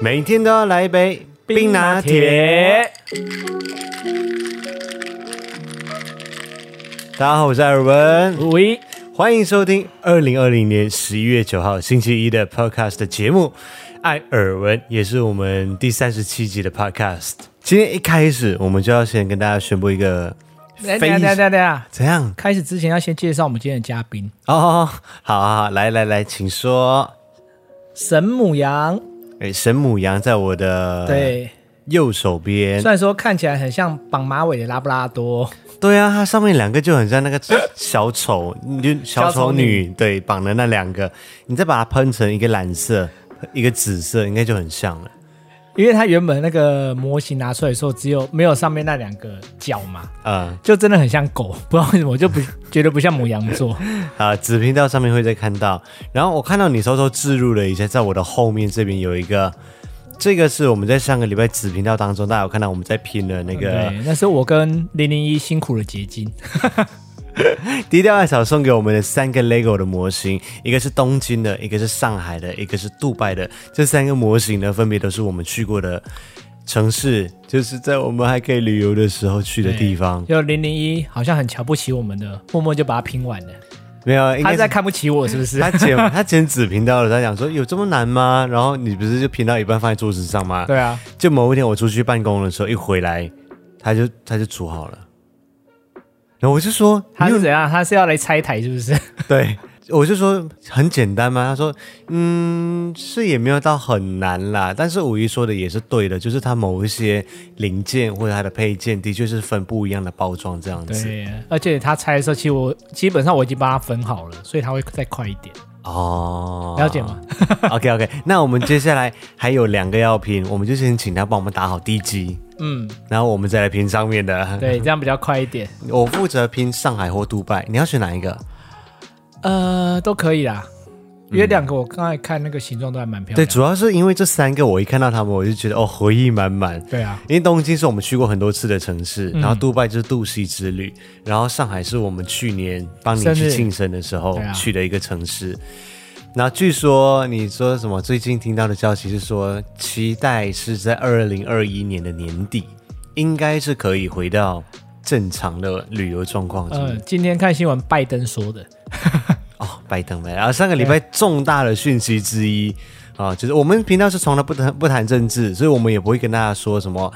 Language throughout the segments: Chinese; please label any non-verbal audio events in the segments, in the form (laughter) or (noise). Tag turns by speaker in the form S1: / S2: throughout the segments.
S1: 每天都要来一杯冰拿铁。。大家好，我是艾尔文，
S2: 喂，
S1: 欢迎收听二零二零年十一月九号星期一的 Podcast 的节目《艾尔文》，也是我们第三十七集的 Podcast。今天一开始，我们就要先跟大家宣布一个
S2: 等等等等等，
S1: 怎样？
S2: 开始之前要先介绍我们今天的嘉宾
S1: 哦，好好好，来来来，请说。
S2: 神母羊。
S1: 哎，神母羊在我的
S2: 对，
S1: 右手边
S2: 虽。然说看起来很像绑马尾的拉布拉多，
S1: 对啊，它上面两个就很像 (laughs) 那个小丑，就小丑女，对，绑的那两个，你再把它喷成一个蓝色，一个紫色，应该就很像了。
S2: 因为它原本那个模型拿出来的时候，只有没有上面那两个角嘛，
S1: 嗯，
S2: 就真的很像狗，不知道为什么，我就不觉得不像母羊
S1: (laughs)
S2: 座。
S1: 啊，子频道上面会再看到。然后我看到你偷偷置入了一下，在我的后面这边有一个，这个是我们在上个礼拜子频道当中，大家有看到我们在拼的那个
S2: 对，那是我跟零零一辛苦的结晶。
S1: 低调爱嫂送给我们的三个 LEGO 的模型，一个是东京的，一个是上海的，一个是杜拜的。这三个模型呢，分别都是我们去过的城市，就是在我们还可以旅游的时候去的地方。
S2: 就零零一好像很瞧不起我们的，默默就把它拼完了。
S1: 没有，啊应
S2: 他
S1: 该
S2: 是
S1: 是
S2: 在看不起我是不是？
S1: 他剪他剪子频道了，他讲说有这么难吗？然后你不是就频到一半放在桌子上吗？
S2: 对啊，
S1: 就某一天我出去办公的时候，一回来他就他就煮好了，然后我就说你
S2: 他
S1: 有
S2: 是怎样？他是要来拆台是不是？
S1: (laughs) 对，我就说很简单嘛。他说，嗯，是也没有到很难啦。但是五一说的也是对的，就是它某一些零件或者它的配件的确是分不一样的包装这样子。
S2: 对，而且他拆的时候，其实我基本上我已经帮他分好了，所以他会再快一点，
S1: 哦，
S2: 了解
S1: (laughs)
S2: 吗？
S1: ？OK OK，那我们接下来还有两个要拼，我们就先请他帮我们打好地基，
S2: 嗯，
S1: 然后我们再来拼上面的。
S2: 对，这样比较快
S1: (laughs)
S2: 一点，
S1: 我负责拼上海或杜拜，你要选哪一个？
S2: 呃，都可以啦。因为两个我刚才看那个形状都还蛮漂
S1: 对，
S2: 亮，
S1: 主要是因为这三个，我一看到他们，我就觉得哦，回忆满满。
S2: 对啊，
S1: 因为东京是我们去过很多次的城市，
S2: 嗯
S1: 然后杜拜就是杜西之旅，然后上海是我们去年帮你
S2: 生
S1: 去
S2: 日
S1: 庆生的时候
S2: 对啊
S1: 去的一个城市。然后据说你说什么？最近听到的消息是说，期待是在二零二一年的年底，应该是可以回到正常的旅游状况。是不是
S2: 呃，今天看新闻，拜登说的，
S1: 哦，拜登呗。然后上个礼拜重大的讯息之一啊，就是我们频道是从来不谈不谈政治，所以我们也不会跟大家说什么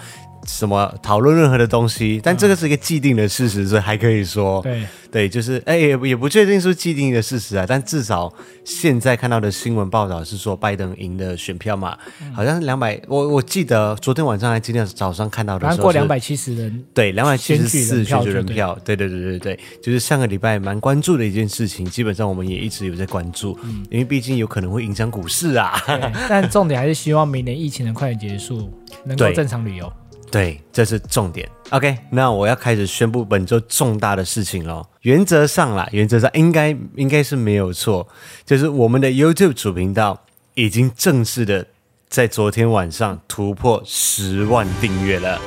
S1: 什么讨论任何的东西。但这个是一个既定的事实，所以还可以说，
S2: 嗯对，
S1: 对，就是哎、也不也不确定是不是既定的事实啊，但至少现在看到的新闻报道是说拜登赢的选票嘛，
S2: 嗯
S1: 好像两百，我我记得昨天晚上还今天早上看到的
S2: 然
S1: 时候
S2: 后过
S1: 是
S2: 两百七十人，
S1: 对，两百七十
S2: 选举
S1: 四
S2: 人票
S1: 选举
S2: 就
S1: 人
S2: 对
S1: 票，对对对对对，就是上个礼拜蛮关注的一件事情，基本上我们也一直有在关注，因为毕竟有可能会影响股市啊。 (laughs)
S2: 对但重点还是希望明年疫情能快点结束，能够
S1: 对
S2: 正常旅游。
S1: 对，这是重点。OK，那我要开始宣布本周重大的事情喽。原则上啦，原则上应该应该是没有错，就是我们的 YouTube 主频道已经正式的在昨天晚上突破十万订阅了。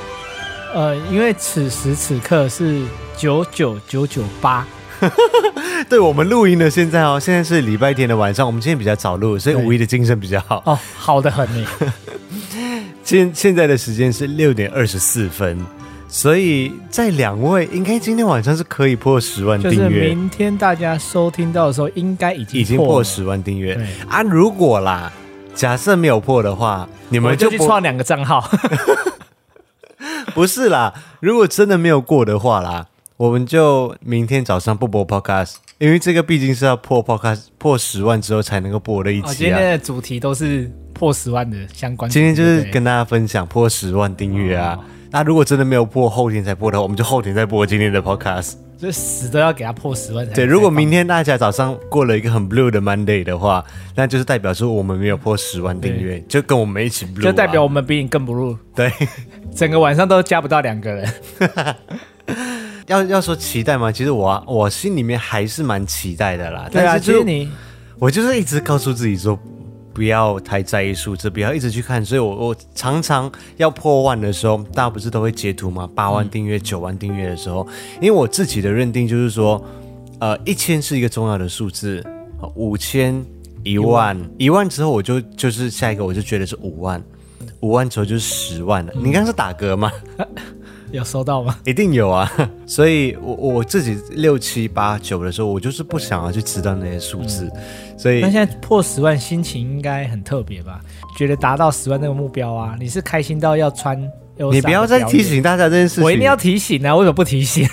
S2: 呃，因为此时此刻是九九九九八，
S1: 对我们录音的现在哦，现在是礼拜天的晚上，我们今天比较早录，所以
S2: 对
S1: 五一的精神比较好。
S2: 哦，好的很呢。
S1: 现现在的时间是六点二十四分，所以在两位应该今天晚上是可以破十万 (laughs)
S2: 就
S1: 订
S2: 是
S1: 阅，
S2: 明天大家收听到的时候，应该已经
S1: 已经
S2: 破
S1: 破
S2: 了
S1: 十万订阅
S2: 对
S1: 啊！如果啦，假设没有破的话，你
S2: 我
S1: 们
S2: 就去
S1: 不
S2: 创两个账号。
S1: (laughs) 不是啦。如果真的没有过的话啦，我们就明天早上不播 podcast，因为这个毕竟是要破 podcast 破十万之后才能够播的一
S2: 哦，
S1: 集
S2: 今
S1: 啊。
S2: 天的主题都是破十万的相关主
S1: 今
S2: 题。
S1: 天就是
S2: 对不对
S1: 跟大家分享破十万订阅啊
S2: 哦！
S1: 那如果真的没有破，后天才破的话，我们就后天再播今天的 podcast。
S2: 就死都要给他破十万才。
S1: 对，如果明
S2: 才
S1: 天大家早上过了一个很 blue 的 Monday 的话，那就是代表说我们没有破十万订阅，就跟我们一起 blue，、啊
S2: 放就代表我们比你更不入，
S1: 对。 (laughs)
S2: 整个晚上都加不到两个人。
S1: 要要说期待嘛，其实我啊我心里面还是蛮期待的啦。
S2: 对啊，
S1: 但是
S2: 其
S1: 就
S2: 实你
S1: 我就是一直告诉自己说，不要太在意数字，不要一直去看。所以我我常常要破万的时候，大家不是都会截图吗？八万订阅、九万订阅的时候，因为我自己的认定就是说，呃，一千是一个重要的数字，五千、一万、一万之后，我就就是下一个我就觉得是五万。五万球就是十万了。你刚刚是打嗝吗？ (laughs)
S2: 有收到吗？
S1: 一定有啊，所以我我自己六七八九的时候，我就是不想要去知道那些数字，所以
S2: 那现在破十万，心情应该很特别吧？觉得达到十万那个目标啊，你是开心到要穿 Elsa
S1: 你不要再
S2: 的表演
S1: 提，醒大家这件事情。
S2: 我一定要提醒啊！为什么不提醒？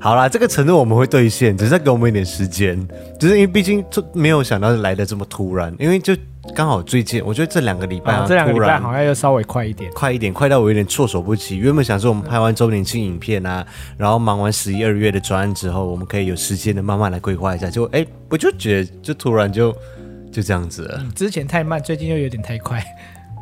S1: 好啦，这个承诺我们会兑现，只是再给我们一点时间，只是因为毕竟就没有想到来的这么突然，因为就刚好最近，我觉得这两个礼 (laughs) 拜、啊
S2: 啊这两个礼
S1: 突
S2: 拜
S1: 然
S2: 好像又稍微快一点。
S1: 快一点，快到我有点措手不及。原本想说我们拍完周年庆影片啊，然后忙完十一二月的专案之后，我们可以有时间的慢慢来规划一下。结果哎，我就觉得就突然就就这样子了。
S2: 嗯之前太慢，最近又有点太快，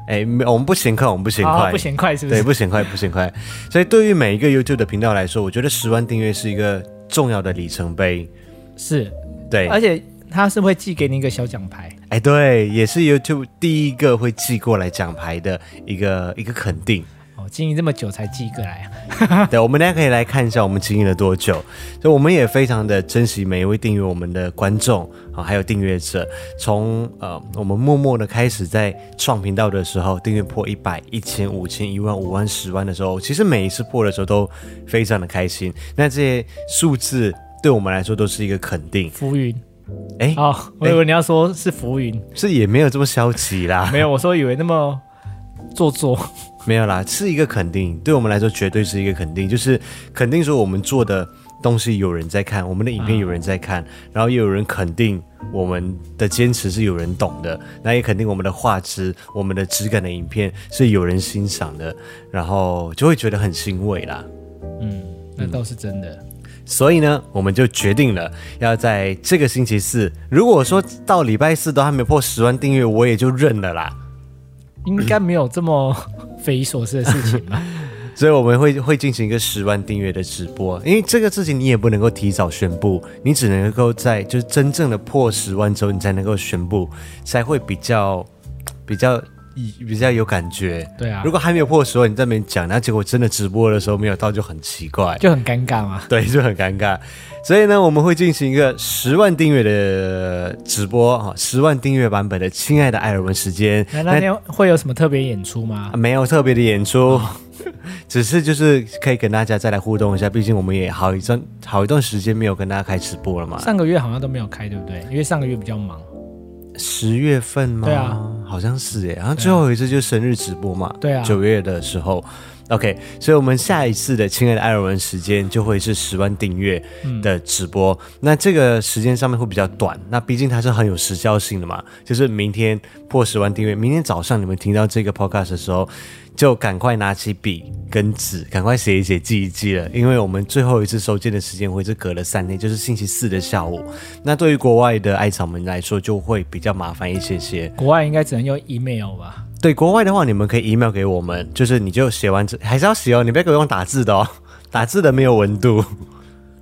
S1: 哎，没我们不嫌快，我们不嫌
S2: 啊
S1: 快，
S2: 不嫌快是
S1: (laughs)
S2: 不
S1: 对，
S2: 是？
S1: 不嫌快，不嫌快。所以对于每一个 YouTube 的频道来说，我觉得十万订阅是一个重要的里程碑。
S2: 是，
S1: 对，
S2: 而且他是会寄给你一个小奖牌，
S1: 哎，对，也是 YouTube 第一个会寄过来奖牌的一个一个肯定。
S2: 哦，经营这么久才寄过来啊，
S1: 对，我们大家可以来看一下我们经营了多久。所以我们也非常的珍惜每一位订阅我们的观众啊，还有订阅者。从呃，我们默默的开始在创频道的时候，订阅破一百、一千、五千、一万、五万、十万的时候，其实每一次破的时候都非常的开心。那这些数字对我们来说都是一个肯定。
S2: 浮云。
S1: 哎，
S2: 哦，我以为你要说是浮 (laughs) 云，
S1: 是也没有这么消极啦。
S2: 没有，我说以为那么做作。
S1: 没有啦，是一个肯定，对我们来说绝对是一个肯定，就是肯定说我们做的东西有人在看，我们的影片有人在看，然后也有人肯定我们的坚持是有人懂的，那也肯定我们的画质、我们的质感的影片是有人欣赏的，然后就会觉得很欣慰啦。
S2: 嗯，那倒是真的。
S1: 所以呢，我们就决定了要在这个星期四，如果说到礼拜四都还没破十万订阅，我也就认了啦。
S2: 应该没有这么匪夷所思的事情 (laughs) 吧？
S1: 所以我们会会进行一个十万订阅的直播，因为这个事情你也不能够提早宣布，你只能够在就是真正的破十万之后，你才能够宣布，才会比较比较比较有感觉。
S2: 对啊
S1: 如，果还没有破十万，你在那边讲，那结果真的直播的时候没有到，就很奇怪。
S2: 就很尴尬嘛。
S1: 对，就很尴尬。所以呢，我们会进行一个十万订阅的直播啊，十万订阅版本的《亲爱的艾尔文》时间。
S2: 那那啊天会有什么特别演出吗？
S1: 啊没有特别的演出， (laughs) 只是就是可以跟大家再来互动一下，毕竟我们也好一段好一段时间没有跟大家开直播了嘛。
S2: 上个月好像都没有开，对不对？因为上个月比较忙。
S1: 十月份吗？
S2: 对啊，
S1: 好像是耶。然后最后一次就是生日直播嘛，
S2: 对啊
S1: 九月的时候。OK，所以我们下一次的亲爱的艾尔文时间就会是十万订阅的
S2: 嗯
S1: 直播。那这个时间上面会比较短，那毕竟它是很有时效性的嘛。就是明天破十万订阅，明天早上你们听到这个 podcast 的时候，就赶快拿起笔跟纸，赶快写一写、记一记了，因为我们最后一次收件的时间会是隔了三天，就是星期四的下午。那对于国外的艾草们来说，就会比较麻烦一些些。
S2: 国外应该只能用 email 吧？
S1: 对国外的话，你们可以 email 给我们，就是你就写完这还是要写哦，你不要给我用打字的哦， (laughs) 打字的没有温度，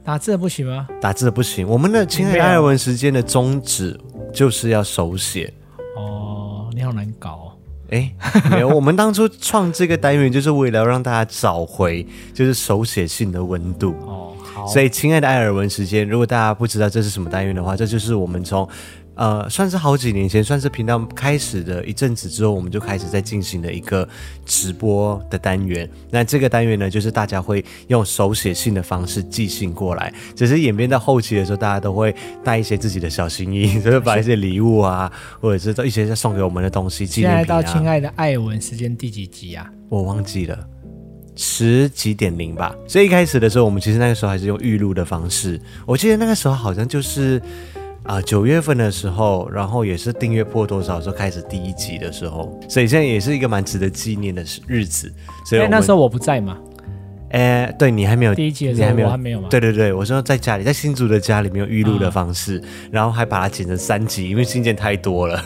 S2: 打字的不行吗？
S1: 打字的不行。我们的亲爱的
S2: Email
S1: 艾尔文时间的宗旨就是要手写。
S2: 哦，你好难搞、哦。
S1: 哎，没有，我们当初创这个单元就是为了让大家找回就是手写信的温度。
S2: 哦，好，
S1: 所以，亲爱的艾尔文时间，如果大家不知道这是什么单元的话，这就是我们从呃，算是好几年前，算是频道开始的一阵子之后，我们就开始在进行的一个直播的单元。那这个单元呢，就是大家会用手写信的方式寄信过来，只是演变到后期的时候，大家都会带一些自己的小心意，就是把一些礼物啊，或者是一些送给我们的东西纪
S2: 现在
S1: 念品
S2: 到亲
S1: 啊，
S2: 爱的艾文时间第几集啊？
S1: 我忘记了。十几点零吧。所以一开始的时候，我们其实那个时候还是用预录的方式。我记得那个时候好像就是啊九、月份的时候，然后也是订阅破多少的时候开始第一集的时候，所以现在也是一个蛮值得纪念的时日子。所以我
S2: 因为
S1: 们
S2: 哎那时候我不在嘛。
S1: 哎、对你还没有
S2: 第一集的时
S1: 你
S2: 候
S1: 还没有
S2: 我还没有吗啊
S1: 对对对，我说在家里，在新竹的家里面有预录的方式，然后还把它剪成三集，因为信件太多了。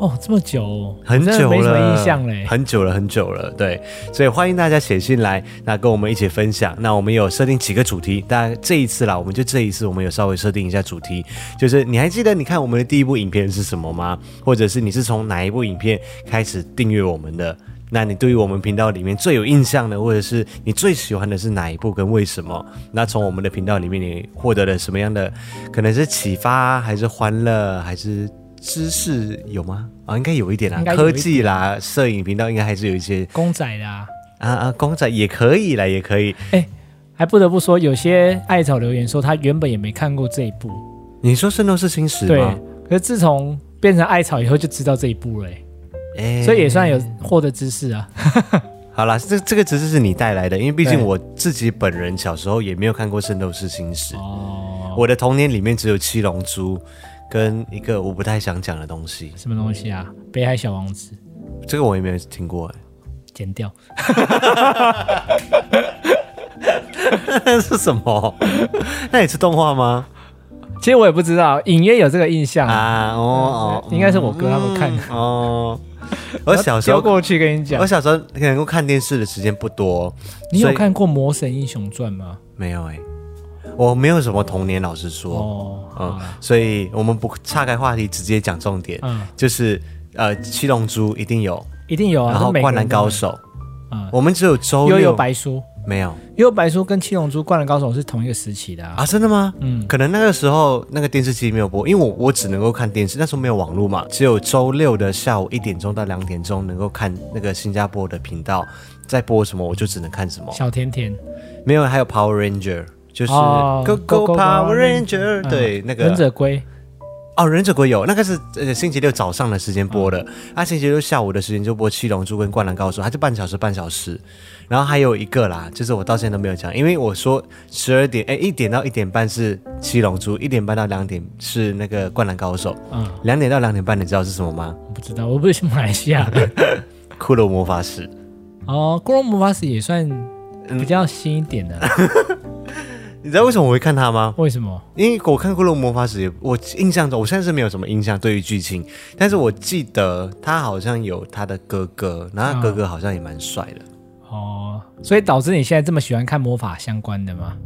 S2: 哦，这么久哦、
S1: 很
S2: 真的
S1: 久了，
S2: 没什么印象嘞。
S1: 很久了，很久了，对，所以欢迎大家写信来，那跟我们一起分享。那我们有设定几个主题，但这一次啦，我们就这一次，我们有稍微设定一下主题，就是你还记得你看我们的第一部影片是什么吗？或者是你是从哪一部影片开始订阅我们的？那你对于我们频道里面最有印象的，或者是你最喜欢的是哪一部跟为什么？那从我们的频道里面，你获得了什么样的，可能是启发，还是欢乐，还是知识有吗？啊、应该有一点啦
S2: 应该，有
S1: 科
S2: 一
S1: 技啦，摄影频道应该还是有一些
S2: 公仔啦、
S1: 啊啊，公仔也可以啦，也可以。
S2: 还不得不说，有些艾草留言说他原本也没看过这一部，
S1: 你说《圣斗士星矢》
S2: 对
S1: 吗？。
S2: 可是自从变成艾草以后，就知道这一部了、欸，
S1: 哎
S2: 所以也算有获得知识啊。
S1: 好啦，这这个只是是你带来的，因为毕竟
S2: 对
S1: 我自己本人小时候也没有看过《圣斗士星矢》
S2: 哦，
S1: 我的童年里面只有《七龙珠》跟一个我不太想讲的东西，
S2: 什么东西啊？北海小王子，
S1: 这个我也没有听过、欸，
S2: 剪掉。
S1: (laughs) 那是什么？ (laughs) 那也是动画吗？
S2: 其实我也不知道，隐约有这个印象啊。
S1: 啊，哦，哦
S2: 应该是我哥他们看的
S1: 嗯
S2: (laughs)
S1: 哦。我小时候
S2: 丢，过去跟你讲
S1: 我，小时候能够看电视的时间不多，
S2: 你
S1: 所
S2: 有
S1: 以
S2: 看过《魔神英雄传》吗？
S1: 没有哎、我没有什么童年，老实说，
S2: 哦，
S1: 嗯
S2: 好，
S1: 所以我们不岔开话题，直接讲重点，
S2: 嗯，
S1: 就是呃，七龙珠一定有，
S2: 一定有啊。
S1: 然后
S2: 这每个
S1: 灌
S2: 人
S1: 篮
S2: 都有
S1: 高，手，
S2: 嗯，
S1: 我们只有周
S2: 悠
S1: 六
S2: 悠白书，
S1: 没有
S2: 悠悠白书跟七龙珠、灌篮高手是同一个时期的啊。
S1: 啊？真的吗？
S2: 嗯，
S1: 可能那个时候那个电视机没有播，因为我我只能够看电视，那时候没有网络嘛，只有周六的下午一点钟到两点钟能够看那个新加坡的频道在播什么，我就只能看什么。
S2: 小甜甜，
S1: 没有，还有 Power Ranger，就是
S2: 哦
S1: Go
S2: Go
S1: Go
S2: Go
S1: Power
S2: Power
S1: Ranger，
S2: Ranger，嗯
S1: 对，那
S2: 忍
S1: 个
S2: 者龟，
S1: 哦，忍者龟有，那个是呃星期六早上的时间播的，啊，星期六下午的时间就播《七龙珠》跟《灌篮高手》，它就半小时半小时。然后还有一个啦，就是我到现在都没有讲，因为我说十二点，哎，一点到一点半是《七龙珠》，一点半到两点是那个《灌篮高手》，
S2: 嗯，
S1: 两点到两点半你知道是什么吗？
S2: 我不知道，我不是马来西
S1: (laughs)
S2: 亚的。
S1: 骷髅魔法使。啊
S2: 哦，《骷髅魔法使》也算比较新一点
S1: 嗯
S2: 的，
S1: 你知道为什么我会看它吗？
S2: (laughs) 为什么？
S1: 因为我看《骷髅魔法使》，我印象中我现在是没有什么印象对于剧情，但是我记得他好像有他的哥哥，然后他哥哥好像也蛮帅的。
S2: 哦，所以导致你现在这么喜欢看魔法相关的吗？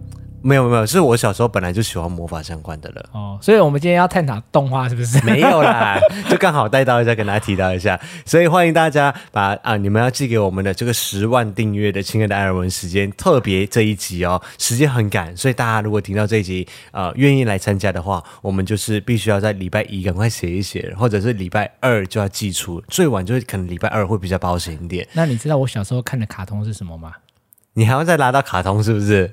S1: 没有没有，是我小时候本来就喜欢魔法相关的了。
S2: 哦，所以我们今天要探讨动画是不是？
S1: 没有啦，就刚好带到一下，跟大家提到一下，所以欢迎大家把啊你们要寄给我们的这个十万订阅的《亲爱的艾尔文》时间特别这一集哦，时间很赶，所以大家如果听到这一集，呃，愿意来参加的话，我们就是必须要在礼拜一赶快写一写，或者是礼拜二就要寄出，最晚就是可能礼拜二会比较保险一点。
S2: (laughs) 那你知道我小时候看的卡通是什么吗？
S1: 你还要再拉到卡通是不是？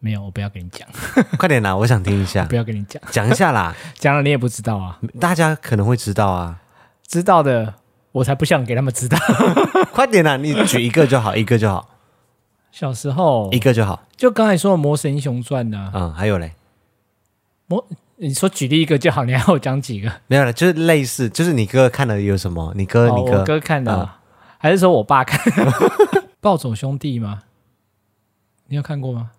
S2: 没有，我不要跟你讲， (laughs)
S1: 快点啦，我想听一下
S2: 不，要跟你讲，
S1: 讲一下啦，
S2: 讲了你也不知道啊。
S1: 大家可能会知道啊。
S2: 知道的，我才不想给他们知道。 (laughs)
S1: 快点啦、你举一个就好，一个就好，
S2: 小时候
S1: 一个就好。
S2: 就刚才说的《魔神英雄传》呢，
S1: 嗯，还有嘞，
S2: 你说举例一个就好，你还要我讲几个？
S1: 没有了，就是类似，就是你哥看了有什么？你哥，
S2: 哦，
S1: 你
S2: 我
S1: 哥，
S2: 哥看的啊，还是说我爸 (laughs) 看？暴走兄弟吗？你有看过吗？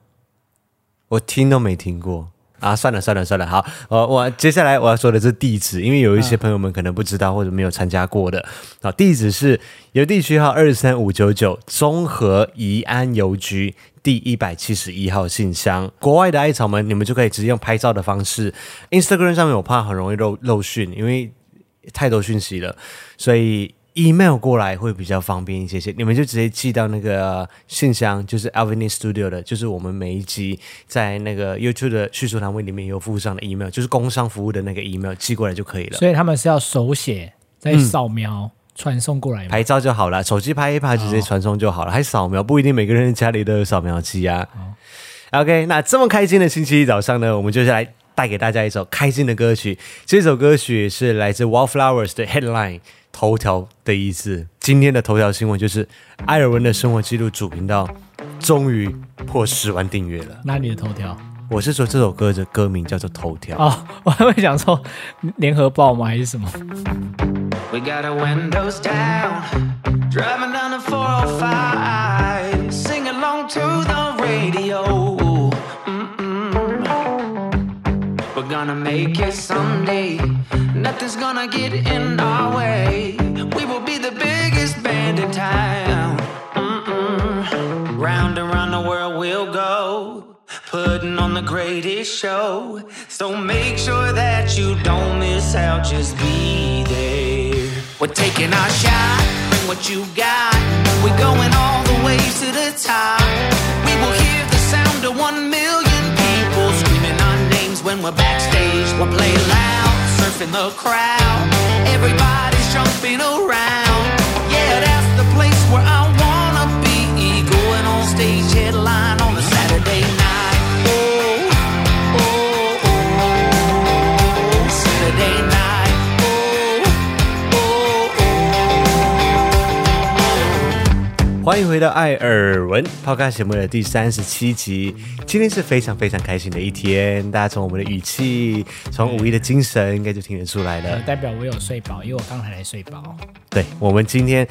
S1: 我听都没听过啊！算了算了算了，好，我我接下来我要说的是地址，因为有一
S2: 嗯
S1: 些朋友们可能不知道或者没有参加过的。好，地址是邮地区号二三五九九综合宜安邮局。第一百七十一号信箱，国外的艾草们，你们就可以直接用拍照的方式。Instagram 上面我怕很容易漏漏讯，因为太多讯息了，所以 email 过来会比较方便一些些。你们就直接寄到那个信箱，就是 Alvin Studio 的，就是我们每一集在那个 YouTube 的叙述栏位里面有附上的 email，就是工商服务的那个 email 寄过来就可以了。
S2: 所以他们是要手写再扫描传送过来吗？
S1: 拍照就好了，手机拍一拍直接传送就好了，还扫描不一定每个人家里都有扫描机啊。OK，那这么开心的星期一早上呢，我们就下来带给大家一首开心的歌曲。这首歌曲是来自 Wallflowers 的 Headline 头条的意思。今天的头条新闻就是艾尔文的生活记录主频道终于破十万订阅了。
S2: 哪里的头条？
S1: 我是说这首歌的歌名叫做《头条》。
S2: 哦， (laughs) 我还会想说联合报吗？还是什么？
S3: We got our windows down, driving down the 405. Sing along to the radio. Mm-mm. We're gonna make it someday. Nothing's gonna get in our way. We will be the biggest band in town. Mm-mm. Round and round the world we'll go. Putting on the greatest show. So make sure that you don't miss out, just be there. We're taking our shot, what you got. We're going all the way to the top. We will hear the sound of one million people screaming our names when we're backstage. We'll play loud, surfing the crowd. Everybody's jumping around. Yeah, that's the place where I wanna be. Going on stage headline on a Saturday night. Oh, oh, oh, oh. Saturday night. Oh, oh, oh.
S1: 欢迎回到艾尔文 Podcast 节目的第三十七集。今天是非常非常开心的一天，大家从我们的语气，从五一的精神，应该就听得出来了
S2: 呃，。代表我有睡饱，因为我刚才才睡饱。
S1: 对我们今天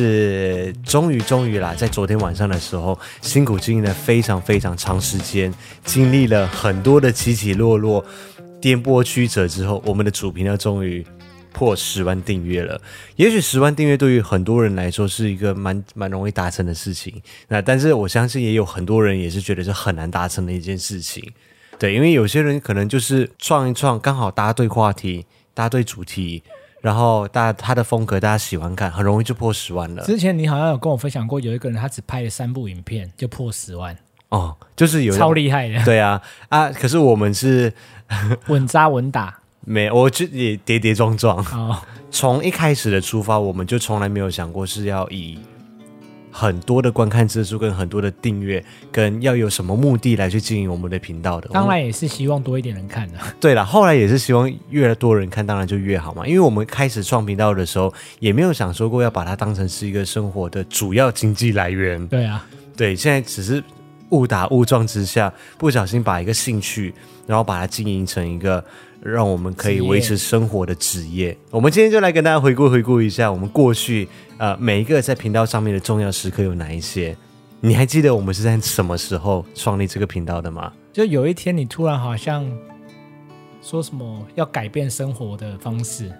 S1: 是终于终于啦，在昨天晚上的时候，辛苦经营了非常非常长时间，经历了很多的起起落落、颠簸曲折之后，我们的主频道终于破十万订阅了。也许十万订阅对于很多人来说是一个蛮蛮容易达成的事情，那但是我相信也有很多人也是觉得是很难达成的一件事情。对，因为有些人可能就是创一创，刚好搭对话题，搭对主题，然后大他的风格大家喜欢看，很容易就破十万了。
S2: 之前你好像有跟我分享过，有一个人他只拍了三部影片就破十万，
S1: 哦，就是有
S2: 超厉害的，
S1: (laughs) 对啊啊！可是我们是
S2: 稳扎稳打。
S1: 没，我就也跌跌撞撞。 (laughs)
S2: 哦，
S1: 从一开始的出发，我们就从来没有想过是要以很多的观看次数、跟很多的订阅、跟要有什么目的来去经营我们的频道的。
S2: 当
S1: 我们
S2: 然也是希望多一点人看的、啊
S1: 对了，后来也是希望越多人看，当然就越好嘛。因为我们开始创频道的时候，也没有想说过要把它当成是一个生活的主要经济来源。
S2: 对啊，
S1: 对，现在只是误打误撞之下，不小心把一个兴趣，然后把它经营成一个让我们可以
S2: 职业
S1: 维持生活的职业。我们今天就来跟大家回顾回顾一下我们过去呃每一个在频道上面的重要时刻有哪一些。你还记得我们是在什么时候创立这个频道的吗？
S2: 就有一天你突然好像说什么要改变生活的方式，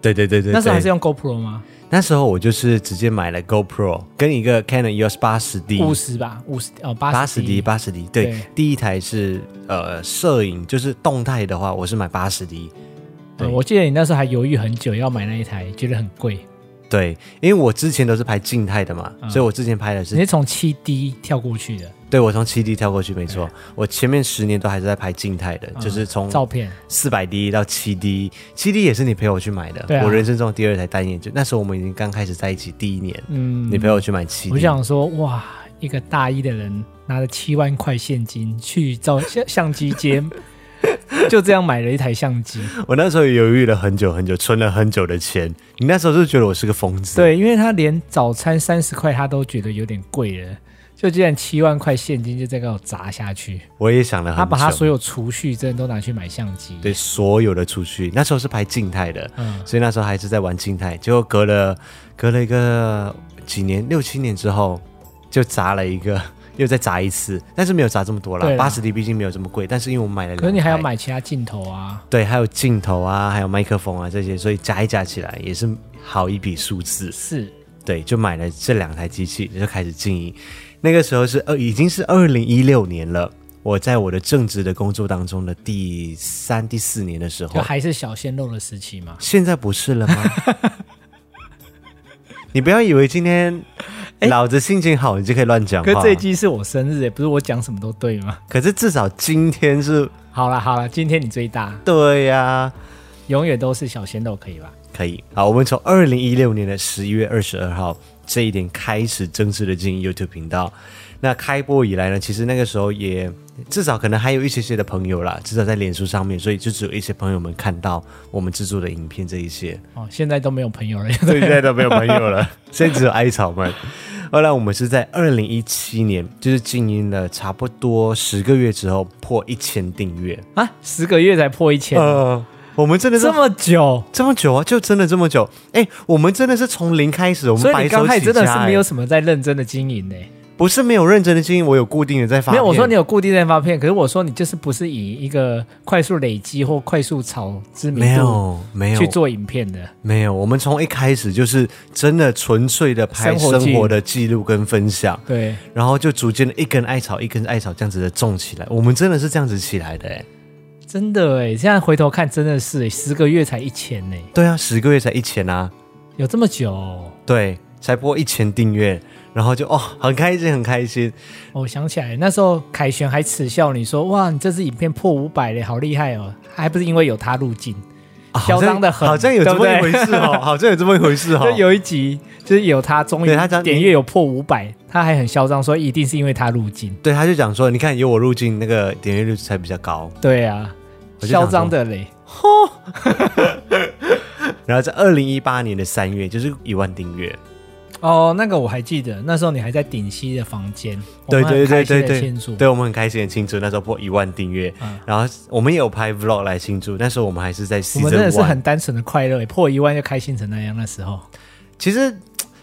S1: 对对对对对，
S2: 那时候还是用 GoPro 吗？
S1: 那时候我就是直接买了 GoPro 跟一个 Canon EOS 八十 D
S2: 五十吧，五十哦，八
S1: 嗯八
S2: 十
S1: 十 D 八十 D，对，
S2: 对
S1: 第一台是呃摄影，就是动态的话，我是买八十 D。对
S2: 呃我记得你那时候还犹豫很久要买那一台，觉得很贵。
S1: 对，因为我之前都是拍静态的嘛，
S2: 嗯
S1: 所以我之前拍的
S2: 你
S1: 是，
S2: 是从七 D 跳过去的
S1: 对我从七 D 跳过去，没错，我前面十年都还是在拍静态的，就是从
S2: 嗯照片，
S1: 四百 D 到七 D，七 D 也是你陪我去买的，
S2: 对啊
S1: 我人生中的第二台单眼镜，那时候我们已经刚开始在一起第一年，
S2: 嗯，
S1: 你陪我去买七 D，
S2: 我想说，哇，一个大一的人拿着七万块现金去照 (laughs) 相相机街，
S1: (laughs)
S2: 就这样买了一台相机。
S1: 我那时候也犹豫了很久很久，存了很久的钱，你那时候就觉得我是个疯子，
S2: 对，因为他连早餐三十块他都觉得有点贵了，就竟然七万块现金就这样给我砸下去，
S1: 我也想了很久，
S2: 他把他所有储蓄真的都拿去买相机。
S1: 对所有的出去，那时候是拍静态的，
S2: 嗯，
S1: 所以那时候还是在玩静态，结果隔了隔了一个几年六七年之后，就砸了一个， (laughs) 又再砸一次，但是没有砸这么多啦
S2: 对，啦
S1: 八十 D 毕竟没有这么贵，但是因为我买了两台，
S2: 可是你还要买其他镜头啊。
S1: 对，还有镜头啊，还有麦克风啊这些，所以加一加起来也是好一笔数字，
S2: 是，
S1: 对，就买了这两台机器，就开始经营。那个时候是二，呃已经是二零一六年了。我在我的正职的工作当中的第三、第四年的时候
S2: 就，还是小鲜肉的时期嘛。
S1: 现在不是了吗？
S2: (laughs)
S1: 你不要以为今天老子心情好，你就可以乱讲
S2: 哎可是
S1: 话
S2: 这。一季是我生日，也欸不是我讲什么都对吗？
S1: 可是至少今天是
S2: 好了好了，今天你最大，
S1: 对呀、
S2: 永远都是小鲜肉，可以吧？
S1: 可以。好，我们从二零一六年的十一月二十二号这一点开始正式的经营 YouTube 频道。那开播以来呢，其实那个时候也至少可能还有一些些的朋友啦，至少在脸书上面，所以就只有一些朋友们看到我们制作的影片这一些。
S2: 哦，现在都没有朋友了，
S1: 所以现在都没有朋友了， (laughs) 现在只有艾草们。后来我们是在二零一七年，就是经营了差不多十个月之后破一千订阅。
S2: (laughs) 啊，十个月才破一千、
S1: 呃，我们真的是
S2: 这么久，
S1: 这么久啊，就真的这么久。哎、我们真的是从零开始，我们
S2: 所以
S1: 白
S2: 你
S1: 手
S2: 刚开
S1: 起
S2: 始真的是
S1: 家
S2: 没有
S1: 哎
S2: 什么在认真的经营呢、欸
S1: 不是没有认真的经营，我有固定的在发
S2: 没
S1: 片。
S2: 有，我说你有固定在发片，可是我说你就是不是以一个快速累积或快速炒知
S1: 没
S2: 名度
S1: 有没有
S2: 去做影片的，
S1: 没有，我们从一开始就是真的纯粹的拍
S2: 生活记
S1: 生
S2: 录
S1: 活的记录跟分享，
S2: 对，
S1: 然后就逐渐的一根艾草一根艾草这样子的种起来。我们真的是这样子起来的哎、
S2: 真的哎、现在回头看真的是、欸、十个月才一千呢、欸
S1: 对啊，十个月才一千啊，
S2: 有这么久哦、
S1: 对，才播一千订阅，然后就哦，很开心，很开心。
S2: 哦我想起来，那时候凯旋还耻笑你说：“哇，你这支影片破五百嘞，好厉害哦！”还不是因为有他入镜，
S1: 啊
S2: 嚣张的很，
S1: 好像好像有这
S2: 对不
S1: 么
S2: 对
S1: 一回事哦，好像有这么一回事哦
S2: (laughs) 就。有一集就是有他终于
S1: 对他讲
S2: 点阅有破五百，他还很嚣张说一定是因为他入境。
S1: 对，他就讲说，你看有我入境，那个点阅率才比较高。
S2: 对啊，
S1: 我就想
S2: 嚣
S1: 说
S2: 张的嘞，
S1: 然后在二零一八年的三月，就是一万订阅。
S2: 哦，那个我还记得，那时候你还在顶溪的房间，我
S1: 对
S2: 们
S1: 对
S2: 很
S1: 对
S2: 开心
S1: 对
S2: 的
S1: 对
S2: 庆，祝，
S1: 对我们很开心的庆祝，那时候破一万订阅，
S2: 嗯
S1: 然后我们也有拍 vlog 来庆祝。那时候我们还是在 season
S2: 我们真的是
S1: one
S2: 很单纯的快乐，破一万就开心成那样。那时候，
S1: 其实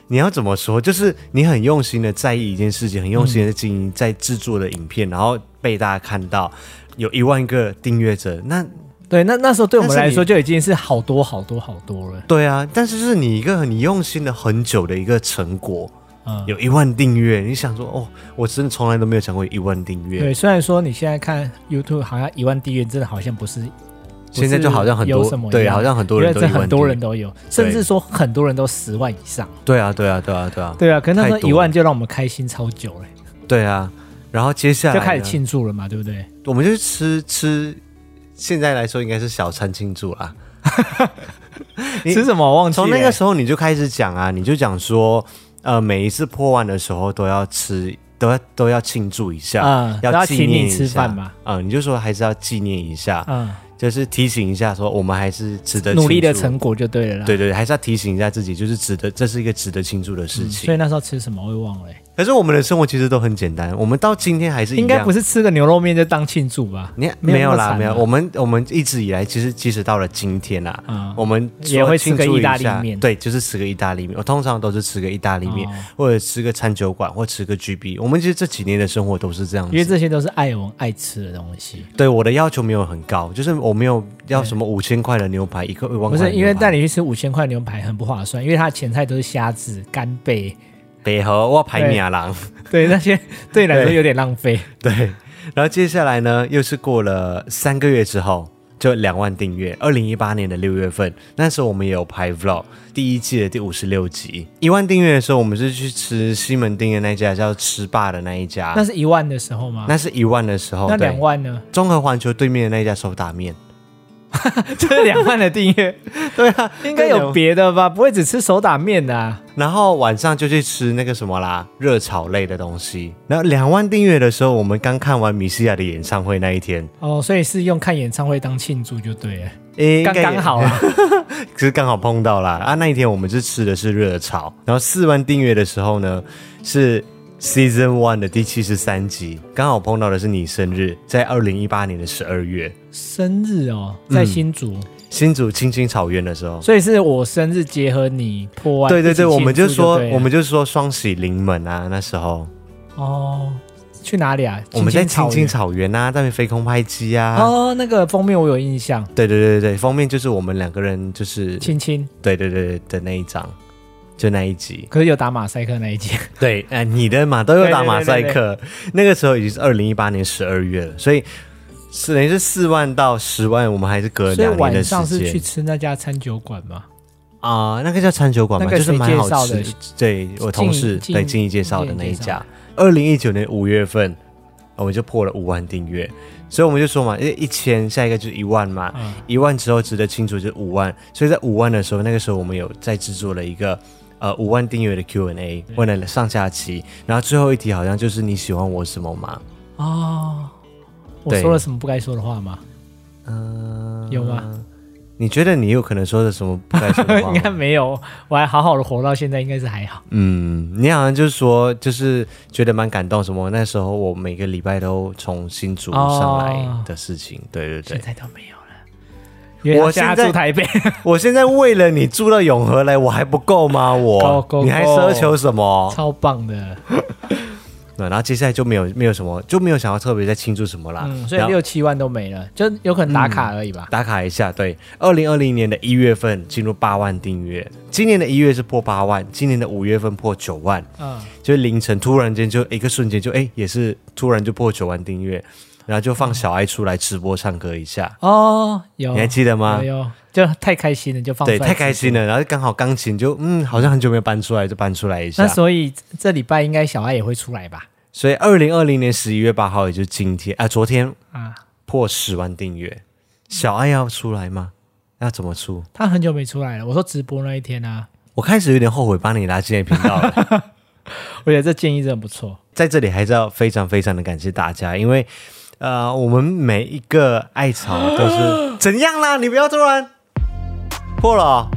S1: 你要怎么说，就是你很用心的在意一件事情，很用心的经营在制作的影片，然后被大家看到，有一万个订阅者，那
S2: 对，那那时候对我们
S1: 但是
S2: 来
S1: 你
S2: 说就已经是好多好多好多了。
S1: 对啊，但是就是你一个你用心的很久的一个成果，
S2: 嗯，
S1: 有一万订阅，你想说哦，我真的从来都没有想过有一万订阅，
S2: 对，虽然说你现在看 YouTube 好像一万订阅真的好像不是，不是
S1: 现在就好像很
S2: 有
S1: 多
S2: 什么一
S1: 对，
S2: 样
S1: 好像很多
S2: 因
S1: 人都
S2: 为这
S1: 有一万订阅，
S2: 很多人都有，甚至说很多人都十万以上。
S1: 对啊，对啊，对啊，对啊，
S2: 对啊，可是那时候
S1: 太多
S2: 一万就让我们开心超久了，
S1: 对啊，然后接下来
S2: 就开始
S1: 呢
S2: 庆祝了嘛，对不对？
S1: 我们就吃吃，现在来说应该是小餐庆祝啦。你
S2: 吃什么我忘记了。
S1: 从那个时候你就开始讲啊，你就讲说，呃，每一次破万的时候都要吃，都要都要庆祝一下，
S2: 嗯都
S1: 要
S2: 要
S1: 纪
S2: 请
S1: 念
S2: 你
S1: 一下
S2: 吃饭嘛。
S1: 啊、你就说还是要纪念一下，
S2: 嗯，
S1: 就是提醒一下，说我们还是值得
S2: 努力的
S1: 庆祝
S2: 成。果就对了啦。
S1: 对对，对还是要提醒一下自己，就是值得，这是一个值得庆祝的事
S2: 嗯，
S1: 情。
S2: 所以那时候吃什么我也忘了欸，
S1: 可是我们的生活其实都很简单，我们到今天还是一
S2: 应该
S1: 样
S2: 不是吃个牛肉面就当庆祝吧？
S1: 你没有
S2: 那么
S1: 啦，
S2: 惨啊
S1: 没有。
S2: 吧
S1: 我们我们一直以来，其实即使到了今天啊，
S2: 嗯
S1: 我们
S2: 也
S1: 说
S2: 会
S1: 庆
S2: 吃个
S1: 祝
S2: 意
S1: 一
S2: 大利
S1: 下
S2: 面
S1: 对，就是吃个意大利面。我通常都是吃个意大利面，
S2: 哦
S1: 或者吃个餐酒馆，或吃个 GB。我们其实这几年的生活都是这样
S2: 因为
S1: 子。
S2: 这些都是爱文爱吃的东西，
S1: 对我的要求没有很高，就是我没有要什么五千块的牛排，一个一万
S2: 不
S1: 块的
S2: 是因为
S1: 哦牛排
S2: 带你去吃五千块牛排很不划算，因为它的前菜都是虾子、干
S1: (laughs)
S2: 贝，
S1: 北河我排米亚啊郎。
S2: 对那些对你来说
S1: 对
S2: 有点浪费。
S1: (laughs) 对，然后接下来呢，又是过了三个月之后，就两万订阅。二零一八年的六月份，那时候我们也有拍 vlog，第一季的第五十六集。一万订阅的时候，我们是去吃西门町的那一家叫吃霸的那一家，
S2: 那是一万的时候吗？
S1: 那是一万的时候，
S2: 那
S1: 对
S2: 两。
S1: (laughs)
S2: 万呢？
S1: 综合环球对面的那一家手打面，
S2: 这两万的订阅
S1: 对啊，
S2: (laughs) 应该有
S1: 别。
S2: 别的吧？不会只吃手打面的啊？
S1: (laughs) 然后晚上就去吃那个什么啦，热炒类的东西。然后两万订阅的时候，我们刚看完米西亚的演唱会那一天，
S2: 哦，所以是用看演唱会当庆祝就对了，
S1: 诶
S2: 刚刚，好
S1: (laughs)
S2: 啊。
S1: 只是刚好碰到啦。啊，那一天我们是吃的是热炒，然后四万订阅的时候呢，是 Season One 的第七十三集，刚好碰到的是你生日，在二零一八年的十二月，
S2: 生日哦，
S1: 嗯
S2: 在新竹，
S1: 新竹青青草原的时候。
S2: 所以是我生日结合你破万，
S1: 对对对，
S2: 一起庆祝
S1: 我们就
S2: 就
S1: 说
S2: 对了
S1: 我们就说双喜临门啊，那时候
S2: 哦，去哪里啊？
S1: 我们在青
S2: 青
S1: 青
S2: 青
S1: 草原啊，在那边飞空拍机啊。
S2: 哦，那个封面我有印象，
S1: 对对对对对，封面就是我们两个人就是
S2: 亲亲，
S1: 对对对对的那一张，就那一集。
S2: 可是有打马赛克那一集，
S1: 对，哎、你的马都有打马赛克，
S2: 对对
S1: 那个时候已经是二零一八年十二月了，所以是等于是四万到十万，我们还是隔了
S2: 所以
S1: 两年的时
S2: 晚上是去
S1: 间
S2: 吃那家餐酒馆嘛？
S1: 啊、那个叫餐酒馆嘛，
S2: 那个
S1: 就
S2: 谁
S1: 是蛮好吃
S2: 介绍的。
S1: 对我同事
S2: 静
S1: 对静怡介绍的那一
S2: 静怡介绍
S1: 家，二零一九年五月份，我们就破了五万订阅，所以我们就说嘛，一一千，下一个就是一万嘛，
S2: 嗯
S1: 一万之后值得清楚就是五万，所以在五万的时候，那个时候我们有在制作了一个呃五万订阅的 Q&A，问了上下期，然后最后一题好像就是你喜欢我什么吗？
S2: 哦，我
S1: 对
S2: 说了什么不该说的话吗？
S1: 嗯、
S2: 有吗？
S1: 你觉得你有可能说的什么不该说的话
S2: (laughs) 应该
S1: 吗？
S2: 没有，我还好好的活到现在，应该是还好。
S1: 嗯，你好像就是说，就是觉得蛮感动什么。那时候我每个礼拜都从新竹
S2: 哦
S1: 上来的事情，对对对
S2: 现。在都没有了。因为
S1: 我
S2: 他家
S1: 现在
S2: 住台北，
S1: 我现在为了你住到永和来，我还不够吗？我
S2: 够够
S1: 你还奢求什么？
S2: (laughs) 超棒的。
S1: 对，然后接下来就没有没有什么，就没有想要特别再庆祝什么啦。
S2: 嗯，所以
S1: 然后嗯
S2: 六七万都没了，就有可能打卡而已吧。
S1: 打卡一下，对，二零二零年的一月份进入八万订阅，今年的一月是破八万，今年的五月份破九万，
S2: 嗯，
S1: 就是凌晨突然间就一个瞬间就哎，也是突然就破九万订阅，然后就放小爱出来直播唱歌一下，
S2: 哦，有，
S1: 你还记得吗
S2: 有？有，就太开心了，就放
S1: 对，
S2: 出来
S1: 太开心
S2: 吃。
S1: 了，然后刚好钢琴就嗯，好像很久没有搬出来，就搬出来一下
S2: 那。所以这礼拜应该小爱也会出来吧？
S1: 所以二零二零年十一月八号，也就是今天啊、昨天
S2: 啊，
S1: 破十万订阅，小爱要出来吗？那怎么出？
S2: 他很久没出来了。我说直播那一天啊，
S1: 我开始有点后悔把你拉进来频道
S2: (laughs)
S1: 了。
S2: 我觉得这建议真的不错。
S1: 在这里还是要非常非常的感谢大家，因为呃，我们每一个艾草都
S2: (gasps)
S1: 是怎样啦？你不要突然破了哦、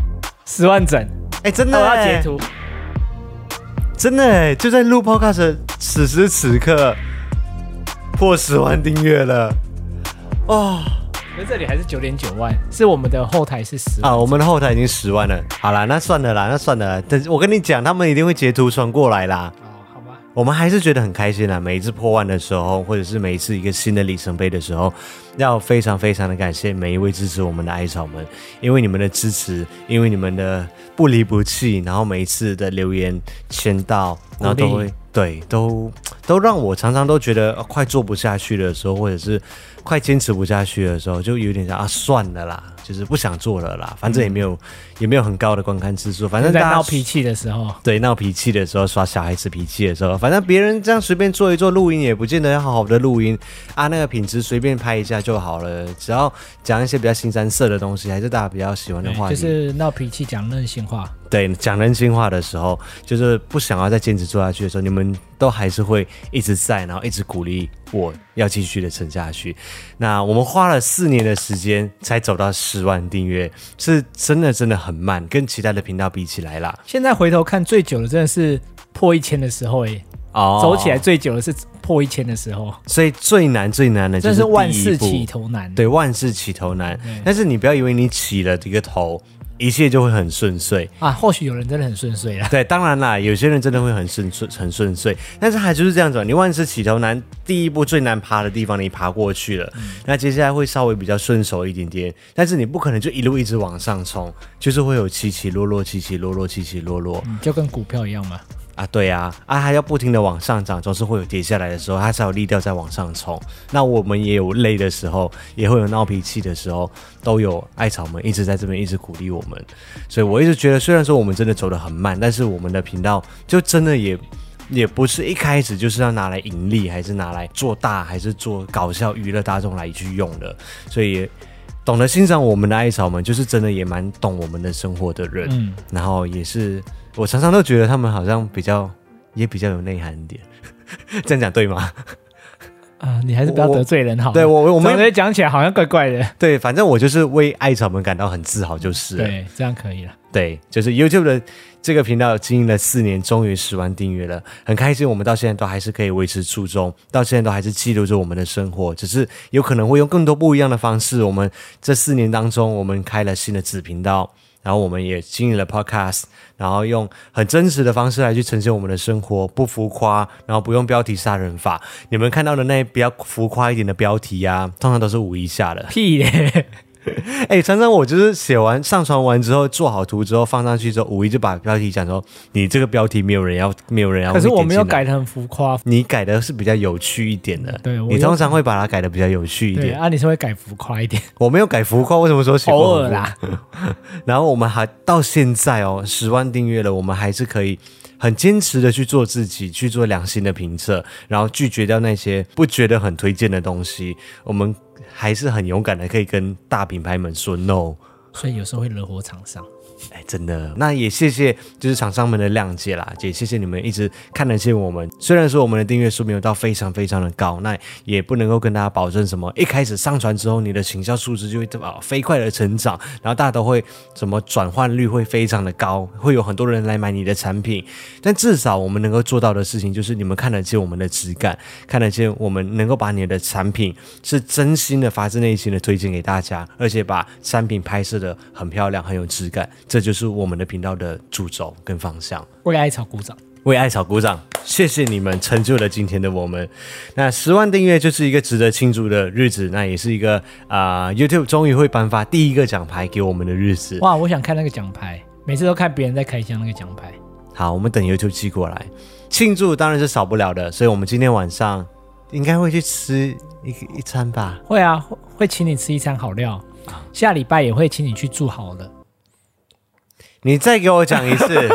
S2: 十万整，
S1: 哎、真
S2: 那
S1: 的、
S2: 哦我
S1: 欸，
S2: 要截图。
S1: 真的哎、就在录 Podcast 的此时此刻破十万订阅了哦
S2: 可是这里还是九点九万，是我们的后台是十万。
S1: 啊！我们的后台已经十万了，好啦，那算了啦，那算了啦。但是我跟你讲，他们一定会截图传过来啦。
S2: 哦，好吧，
S1: 我们还是觉得很开心啦。啊每一次破万的时候，或者是每一次一个新的里程碑的时候，要非常非常的感谢每一位支持我们的艾草们，因为你们的支持，因为你们的不离不弃，然后每一次的留言签到，然后哦都
S2: 鼓励
S1: 会对都都让我常常都觉得、呃快做不下去的时候，或者是快坚持不下去的时候，就有点想啊算了啦，就是不想做了啦，反正也没有、也没有很高的观看次数，反正
S2: 在
S1: 大家
S2: 闹脾气的时候，
S1: 对，闹脾气的时候，耍小孩子脾气的时候，反正别人这样随便做一做录音，也不见得要好好的录音啊，那个品质随便拍一下就好了。只要讲一些比较新三色的东西，还是大家比较喜欢的话
S2: 就
S1: 题。
S2: 是闹脾气讲任性话。
S1: 对，讲人性话的时候，就是不想要再坚持做下去的时候，你们都还是会一直在，然后一直鼓励我要继续的撑下去。那我们花了四年的时间才走到十万订阅，是真的真的很慢，跟其他的频道比起来啦。
S2: 现在回头看，最久的真的是破一千的时候、欸，
S1: 哦
S2: 走起来最久的是破一千的时候，
S1: 所以最难最难的就
S2: 真
S1: 是
S2: 是万
S1: 第一
S2: 事
S1: 步
S2: 起，头难。，
S1: 对，万事起头难。但是你不要以为你起了这个头，一切就会很顺遂。
S2: 啊，或许有人真的很顺遂啦。
S1: 对，当然啦，有些人真的会很顺顺很顺遂，但是他就是这样子，你万事起头难，第一步最难爬的地方你爬过去了，
S2: 嗯
S1: 那接下来会稍微比较顺手一点点，但是你不可能就一路一直往上冲，就是会有起起落落，起起落落，起起落落。
S2: 嗯就跟股票一样嘛，
S1: 啊，对啊，啊，它要不停的往上涨，总是会有跌下来的时候，它才有力量再往上冲。那我们也有累的时候，也会有闹脾气的时候，都有艾草们一直在这边一直鼓励我们。所以我一直觉得，虽然说我们真的走得很慢，但是我们的频道就真的也。也不是一开始就是要拿来盈利，还是拿来做大，还是做搞笑娱乐大众来去用的，所以也懂得欣赏我们的艾草们，就是真的也蛮懂我们的生活的人。
S2: 嗯，
S1: 然后也是我常常都觉得他们好像比较也比较有内涵一点， (laughs) 这样讲对吗？ (laughs)
S2: 啊，你还是不要
S1: 我
S2: 得罪人好了。
S1: 对我我
S2: 总
S1: 们
S2: 觉得讲起来好像怪怪的。
S1: 对，反正我就是为艾草们感到很自豪，就是了
S2: 对，这样可以了。
S1: 对，就是 YouTube 的这个频道经营了四年，终于十万订阅了，很开心。我们到现在都还是可以维持初衷，到现在都还是记录着我们的生活，只是有可能会用更多不一样的方式。我们这四年当中，我们开了新的子频道，然后我们也经营了 Podcast，然后用很真实的方式来去呈现我们的生活，不浮夸，然后不用标题杀人法。你们看到的那些比较浮夸一点的标题啊，通常都是五以下的。
S2: 屁
S1: (laughs)
S2: 嘞！
S1: 哎、常常我就是写完上传完之后，做好图之后放上去之后，五一就把标题讲说，你这个标题没有人要，没有人要。
S2: 可是我没有改，的很浮夸。
S1: 你改的是比较有趣一点的。
S2: 对我
S1: 你通常会把它改的比较有趣一
S2: 对
S1: 点。
S2: 啊，你是会改浮夸
S1: (laughs)
S2: 一点，
S1: 我没有改浮夸，为什么说喜欢
S2: 偶尔啦。
S1: 然后我们还到现在哦，十万订阅了，我们还是可以很坚持的去做自己，去做良心的评测，然后拒绝掉那些不觉得很推荐的东西。我们还是很勇敢的，可以跟大品牌们说 no。
S2: 所以有时候会惹火厂商。
S1: 哎，真的，那也谢谢就是厂商们的谅解啦，也谢谢你们一直看得见我们。虽然说我们的订阅数没有到非常非常的高，那也不能够跟大家保证什么，一开始上传之后你的行销数值就会啊飞快的成长，然后大家都会什么转换率会非常的高，会有很多人来买你的产品。但至少我们能够做到的事情就是你们看得见我们的质感，看得见我们能够把你的产品是真心的、发自内心的推荐给大家，而且把产品拍摄的很漂亮、很有质感，这就是我们的频道的主轴跟方向。
S2: 为艾草鼓掌。
S1: 为艾草鼓掌，谢谢你们成就了今天的我们。那十万订阅就是一个值得庆祝的日子，那也是一个啊、YouTube 终于会颁发第一个奖牌给我们的日子。
S2: 哇，我想看那个奖牌，每次都看别人在开箱那个奖牌。
S1: 好，我们等 YouTube 寄过来，庆祝当然是少不了的，所以我们今天晚上应该会去吃一个一餐吧。
S2: 会啊，会会请你吃一餐好料，下礼拜也会请你去住好的。
S1: 你再给我讲一次。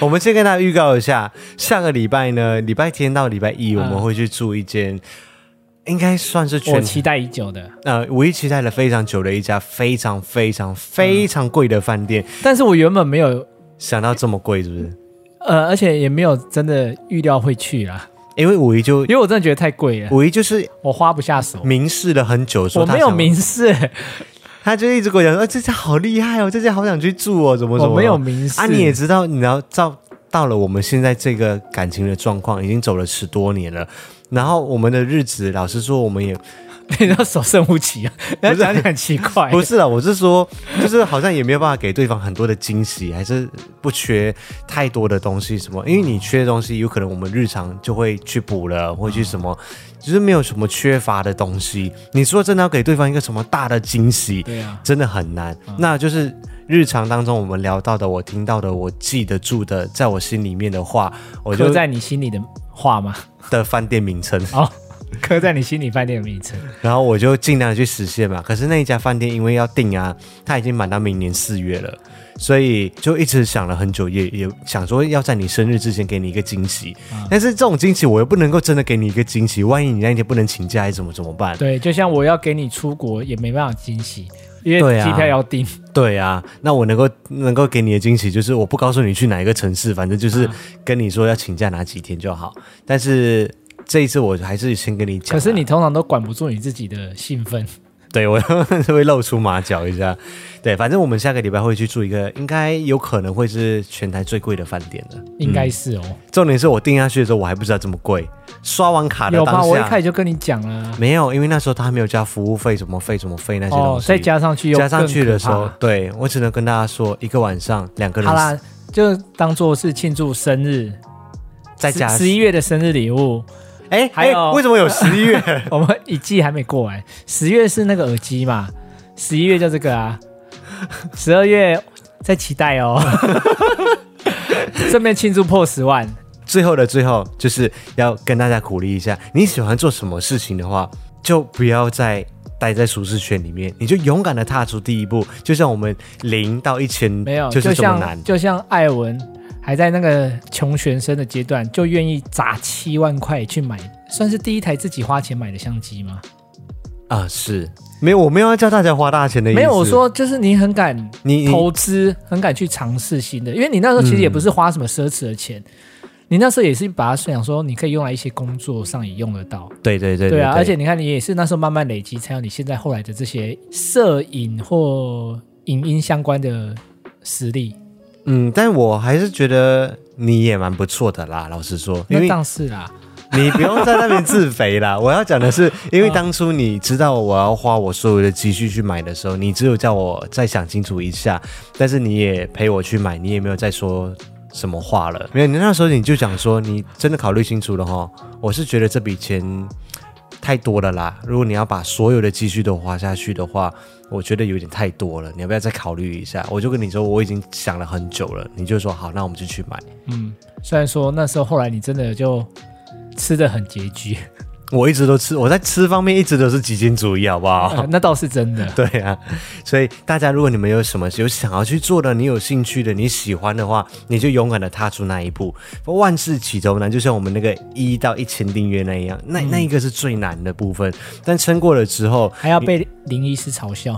S1: 我们先跟大家预告一下，下个礼拜呢，礼拜天到礼拜一，我们会去住一间应该算是
S2: 我
S1: 全
S2: 期待已久的。
S1: 呃，唯一期待了非常久的一家非常非常非常贵的饭店，
S2: 但是我原本没有，
S1: 想到这么贵是不是？
S2: 呃，而且也没有真的预料会去啦，
S1: 因为五一就
S2: 因为我真的觉得太贵了，
S1: 五一就是
S2: 我花不下手。
S1: 明示了很久，说
S2: 我
S1: 他
S2: 没有
S1: 想
S2: 明示，
S1: 他就一直跟我讲说，呃这家好厉害哦，这家好想去住哦，怎么怎么
S2: 我
S1: 的。
S2: 没有明示
S1: 啊，你也知道，你要照到了我们现在这个感情的状况，已经走了十多年了。然后我们的日子，老实说，我们也
S2: (laughs) 你知道所剩无几啊，然后讲起来很奇怪。
S1: 不是了。我是说， (laughs) 就是好像也没有办法给对方很多的惊喜，还是不缺太多的东西什么。因为你缺的东西，有可能我们日常就会去补了，或
S2: 啊
S1: 去什么，就是没有什么缺乏的东西。你说真的要给对方一个什么大的惊喜，
S2: 对啊，
S1: 真的很难。那就是日常当中我们聊到的，我听到的，我记得住的，在我心里面的话，我
S2: 刻
S1: 就
S2: 在你心里的话吗？
S1: 的饭店名称，
S2: 哦， (laughs) 刻在你心 (laughs) 里饭店的名称。
S1: 然后我就尽量去实现嘛。可是那一家饭店因为要订啊，它已经满到明年四月了，所以就一直想了很久，也也想说要在你生日之前给你一个惊喜。
S2: 嗯
S1: 但是这种惊喜我又不能够真的给你一个惊喜，万一你那一天不能请假，还是怎么怎么办？
S2: 对，就像我要给你出国也没办法惊喜，因
S1: 对
S2: 为
S1: 啊
S2: 机票要订。
S1: 对啊，那我能够能够给你的惊喜就是我不告诉你去哪一个城市，反正
S2: 啊
S1: 就是跟你说要请假哪几天就好。但是这一次我还是先跟你讲啊，
S2: 可是你通常都管不住你自己的兴奋。
S1: 嗯对我是会露出马脚一下。对，反正我们下个礼拜会去住一个，应该有可能会是全台最贵的饭店的。
S2: 应该是哦，
S1: 重点是我订下去的时候我还不知道这么贵，刷完卡的
S2: 有
S1: 当
S2: 吧？我一开
S1: 下
S2: 始就跟你讲了啊，
S1: 没有，因为那时候他还没有加服务费、什么费、什么费那些东
S2: 哦，
S1: 西。
S2: 再加上去又
S1: 加上去
S2: 更可
S1: 的时候
S2: 怕，
S1: 对我只能跟大家说，一个晚上两个人
S2: 好啦，就当做是庆祝生日，
S1: 再加
S2: 十一月的生日
S1: (laughs)
S2: 礼物。
S1: 哎，
S2: 还
S1: 哎
S2: 有
S1: 为什么有十一
S2: (laughs)
S1: 月？
S2: 我们一季还没过完，十月是那个耳机嘛，十一月就这个啊，十二月再期待
S1: (laughs)
S2: 哦。顺便庆祝破十万，
S1: 最后的最后，就是要跟大家鼓励一下，你喜欢做什么事情的话，就不要再待在舒适圈里面，你就勇敢的踏出第一步。就像我们零到一千，
S2: 没有，
S1: 就是这么难
S2: 像。就像艾文还在那个穷学生的阶段，就愿意砸七万块去买，算是第一台自己花钱买的相机吗？
S1: 啊、是没有，我没有要叫大家花大钱的意思。
S2: 没有，我说就是你很敢
S1: 你
S2: 投资，很敢去尝试新的，因为你那时候其实也不是花什么奢侈的钱，你那时候也是把它想说你可以用来一些工作上也用得到。
S1: 对对对
S2: 对啊，
S1: 对
S2: 而且你看，你也是那时候慢慢累积，才有你现在后来的这些摄影或影音相关的实力。
S1: 嗯，但我还是觉得你也蛮不错的啦，老实说，因
S2: 那
S1: 为
S2: 当是啦，
S1: 你不用在那边自肥啦。我要讲的是，因为当初你知道我要花我所有的积蓄去买的时候，你只有叫我再想清楚一下，但是你也陪我去买，你也没有再说。什么话了？没有，你那时候你就讲说，你真的考虑清楚了哈。我是觉得这笔钱太多了啦。如果你要把所有的积蓄都花下去的话，我觉得有点太多了。你要不要再考虑一下？我就跟你说，我已经想了很久了。你就说好，那我们就去买。
S2: 嗯，虽然说那时候后来你真的就吃的很拮据、
S1: 我一直都吃，我在吃方面一直都是极简主义，好不好？
S2: 呃 (laughs) 那倒是
S1: (laughs)
S2: 真的。
S1: 对啊，所以大家，如果你们有什么有想要去做的，你有兴趣的，你喜欢的话，你就勇敢的踏出那一步。万事起头难，就像我们那个一到一千订阅那一样，那那一个是最难的部分。但撑过了之后，
S2: 还要被林医师嘲笑，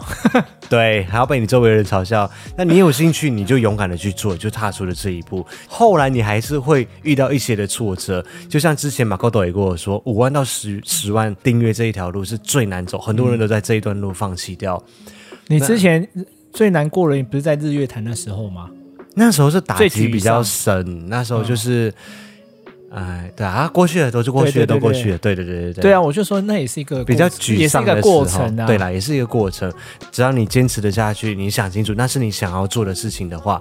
S1: 对，还要被你周围的人嘲笑。那你有兴趣，你就勇敢的去做，就踏出了这一步。后来你还是会遇到一些的挫折，就像之前马高斗也跟我说，五万到十十万订阅这一条路是最难走，很多人都在这一段路放弃掉。
S2: 你之前最难过的，你不是在日月潭那时候吗？
S1: 那时候是打
S2: 最
S1: 击
S2: 沮
S1: 比较
S2: 丧嗯
S1: 深，那时候就是，哎、对啊，过去了都就过去了，
S2: 对对
S1: 都
S2: 对
S1: 过去了，对对对对对。
S2: 对啊，我就说那也是一个
S1: 比较
S2: 过
S1: 沮
S2: 也是
S1: 丧
S2: 一
S1: 的时
S2: 个过
S1: 候，
S2: 程啊。
S1: 对啦，也是一个过程。只要你坚持的下去，你想清楚那是你想要做的事情的话，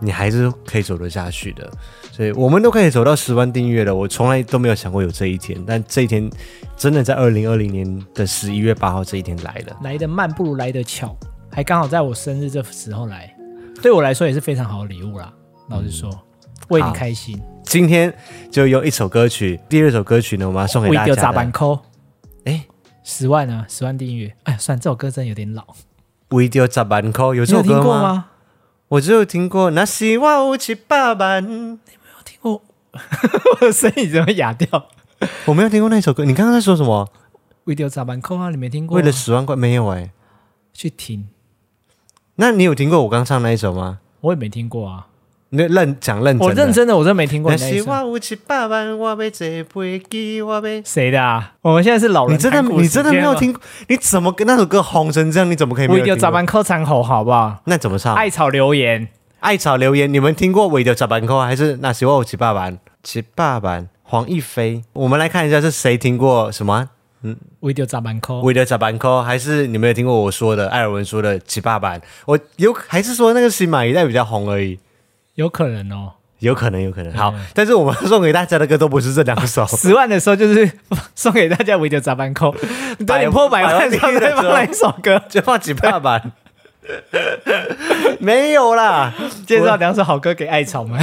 S1: 你还是可以走得下去的。所以我们都可以走到十万订阅了，我从来都没有想过有这一天，但这一天真的在二零二零年的十一月八号这一天来了。
S2: 来得慢不如来得巧，还刚好在我生日这时候来，对我来说也是非常好的礼物啦。老实
S1: 嗯
S2: 说，为你
S1: 好
S2: 开心，
S1: 今天就用一首歌曲，第二首歌曲呢，我们要送给
S2: 为
S1: 大
S2: 丢
S1: 家
S2: 砸
S1: 的
S2: 板扣
S1: 哎，
S2: 十万啊，十万订阅。哎，算这首歌真的有点老，
S1: 为丢砸板扣，有
S2: 你
S1: 这首
S2: 有听
S1: 歌
S2: 过
S1: 吗？？我只有听过那希望我七八万，
S2: 有听过，我的声音怎么哑掉？
S1: 我没有听过那首歌。你刚刚在说什么？
S2: video 砸板扣啊，你没听过吗？
S1: 为了十万块没有哎、
S2: 去听，
S1: 那你有听过我刚唱那一首吗？
S2: 我也没听过啊，
S1: 你认讲认真的，
S2: 我认真的，我真没听过
S1: 那
S2: 你那一
S1: 是
S2: 首。
S1: 我有一百万，我要坐飞机，我要。
S2: 谁的啊？我们现在是老人，
S1: 你真的你真的没有？听过？你怎么跟那首歌红成这样？你怎么可以没
S2: 我一
S1: 有
S2: 定要
S1: 听
S2: 砸
S1: 过？啊
S2: 板扣长吼，好不好？
S1: 那怎么唱？
S2: 艾草留言，
S1: 艾草留言，你们听过韦德砸板扣还是那是我有七爸版？七爸版黄一飞，我们来看一下是谁听过什么啊
S2: 我一定要砸板扣。
S1: 韦德砸板扣，还是你们有听过我说的艾尔文说的七爸版？我有还是说那个新马一代比较红而已？
S2: 有可能哦。
S1: 有可能，有可能。好，但是我们 (laughs) 送给大家的歌都不是这两首。
S2: 十万的时候就是 (laughs) 送给大家维德砸板扣，等你破百万上再放来一首歌，
S1: 就放几爸版， (laughs) 没有啦。
S2: 介绍两首好歌给艾草
S1: (laughs)
S2: 们。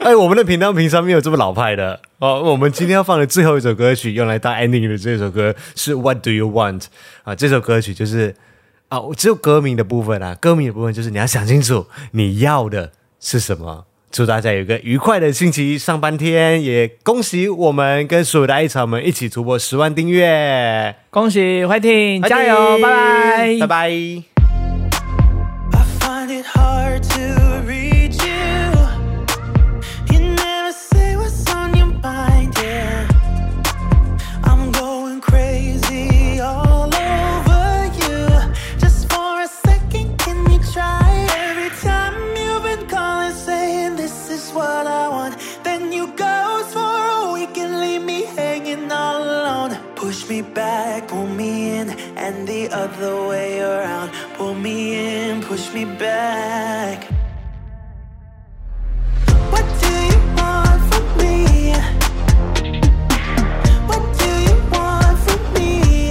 S1: 哎，我们的频道平常没有这么老派的哦。我们今天要放的最后一首歌曲，用来当 ending 的这首歌是《What Do You Want》啊，这首歌曲就是啊，我只有歌名的部分啊，歌名的部分就是你要想清楚你要的是什么。祝大家有一个愉快的星期一上半天，也恭喜我们跟所有的艾草们一起突破十万订阅，
S2: 恭喜欢听，加油，拜拜，
S1: 拜。拜。
S4: I find it hard to reach you. You never say what's on your mind, yeah. I'm going crazy all over you. Just for a second, can you try? Every time you've been calling, saying this is what I want. Then you ghost for a week and leave me hanging all alone. Push me back, pull me in, and the other way around. Pull me in, push me back. What do you want from me? What do you want from me?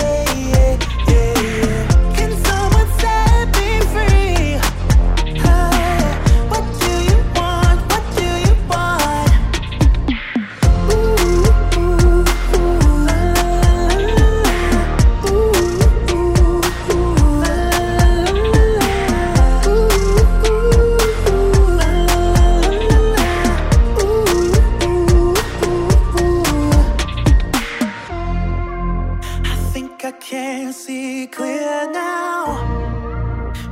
S4: Can someone set me free? What do you want? What do you want? I think I can see clear now.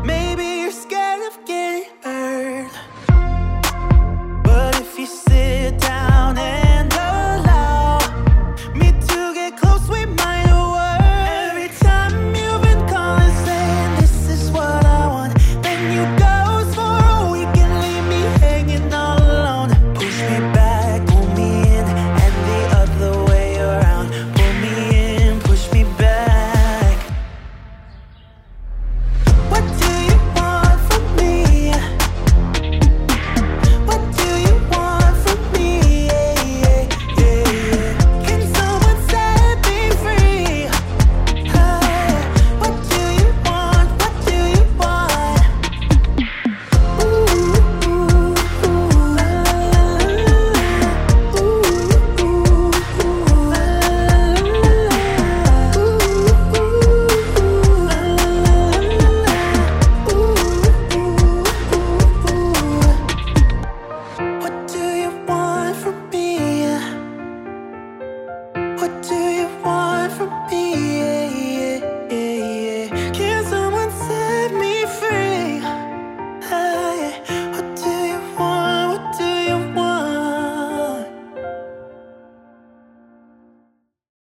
S4: Maybe you're scared of getting hurt. But if you sit down and allow me to get close, we might work. Every time you've been calling, saying this is what I want, then you ghost for a week and leave me hanging all alone. Push me back, pull me in, and the other way around. Pull me in, push me back. What do you want from me? What do you want from me? Can someone set me free? What do you want? What do you want? What do you want from me? What do